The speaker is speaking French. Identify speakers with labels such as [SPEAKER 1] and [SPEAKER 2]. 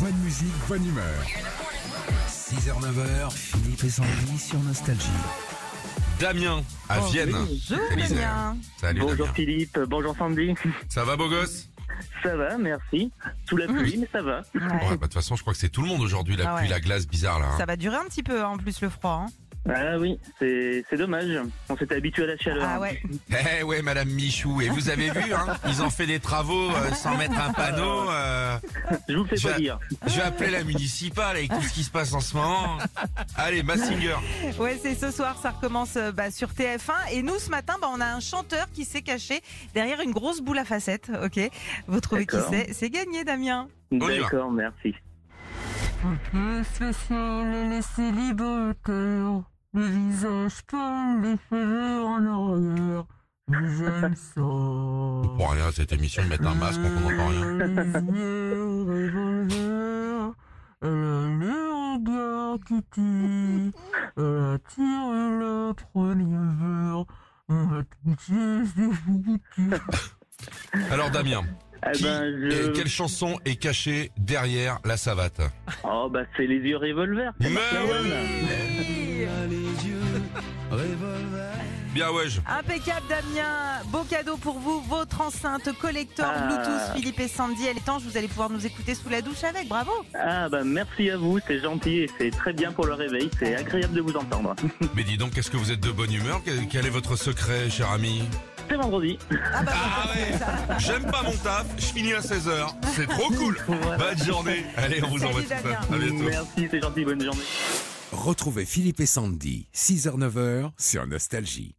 [SPEAKER 1] Bonne musique, bonne humeur. 6h, 9h, Philippe et Sandy sur Nostalgie.
[SPEAKER 2] Damien
[SPEAKER 3] Oh,
[SPEAKER 2] à Vienne.
[SPEAKER 3] Bonjour
[SPEAKER 2] Elisa.
[SPEAKER 3] Damien.
[SPEAKER 2] Salut
[SPEAKER 4] Bonjour
[SPEAKER 2] Damien.
[SPEAKER 4] Philippe, bonjour Sandy.
[SPEAKER 2] Ça va beau gosse
[SPEAKER 4] Ça va, merci. Sous la pluie, mais ça va.
[SPEAKER 2] Ouais, bah, de toute façon, je crois que c'est tout le monde aujourd'hui la
[SPEAKER 3] Ah
[SPEAKER 2] pluie,
[SPEAKER 3] ouais.
[SPEAKER 2] la glace bizarre là. hein.
[SPEAKER 3] Ça va durer un petit peu hein, en plus le froid. hein.
[SPEAKER 4] Ah oui, c'est c'est dommage. On s'était habitué à la chaleur. hein.
[SPEAKER 3] Ah ouais.
[SPEAKER 2] Eh ouais, Madame Michou. Et vous avez vu, hein, ils ont fait des travaux euh, sans mettre un panneau. euh,
[SPEAKER 4] Je vous le fais
[SPEAKER 2] Je-
[SPEAKER 4] pas dire.
[SPEAKER 2] je vais appeler la municipale avec tout ce qui se passe en ce moment. Allez, Massinger.
[SPEAKER 3] Ouais, c'est ce soir, ça recommence euh, bah, sur TF1. Et nous, ce matin, bah, on a un chanteur qui s'est caché derrière une grosse boule à facettes. Ok. Vous trouvez qui
[SPEAKER 4] D'accord.
[SPEAKER 3] c'est C'est gagné, Damien.
[SPEAKER 2] y va.
[SPEAKER 4] D'accord, merci.
[SPEAKER 5] Le spécial, les célibataires, le visage pâle, les cheveux en arrière. J'aime ça.
[SPEAKER 2] Pour rien, cette émission de mettre un masque, on comprend pas rien.
[SPEAKER 5] Les yeux au revolver, elle a le regard qui tue, elle attire le premier verre. On va toucher, c'est foutu.
[SPEAKER 2] Alors Damien,
[SPEAKER 4] Eh
[SPEAKER 2] qui
[SPEAKER 4] ben,
[SPEAKER 2] et
[SPEAKER 4] je...
[SPEAKER 2] quelle chanson est cachée derrière la savate
[SPEAKER 4] Oh bah c'est les yeux revolver.
[SPEAKER 2] Mais oui Bien ouais, je-
[SPEAKER 3] Impeccable, Damien. Beau cadeau pour vous, votre enceinte collector
[SPEAKER 4] Ah.
[SPEAKER 3] Bluetooth Philippe et Sandy. Elle est étanche. Vous allez pouvoir nous écouter sous la douche avec. Bravo.
[SPEAKER 4] Ah bah merci à vous, c'est gentil et c'est très bien pour le réveil. C'est agréable de vous entendre.
[SPEAKER 2] Mais dis donc, qu'est-ce que vous êtes de bonne humeur Quel quel est votre secret, cher ami
[SPEAKER 4] C'est vendredi.
[SPEAKER 3] Ah bah.
[SPEAKER 2] Ah ouais J'aime pas mon taf, je finis à 16h. C'est trop cool Bonne journée Allez, on vous
[SPEAKER 3] Salut,
[SPEAKER 2] envoie tout
[SPEAKER 3] Damien.
[SPEAKER 2] ça. À bientôt.
[SPEAKER 4] Merci, c'est gentil, bonne journée.
[SPEAKER 1] Retrouvez Philippe et Sandy, 6h, 9h sur Nostalgie.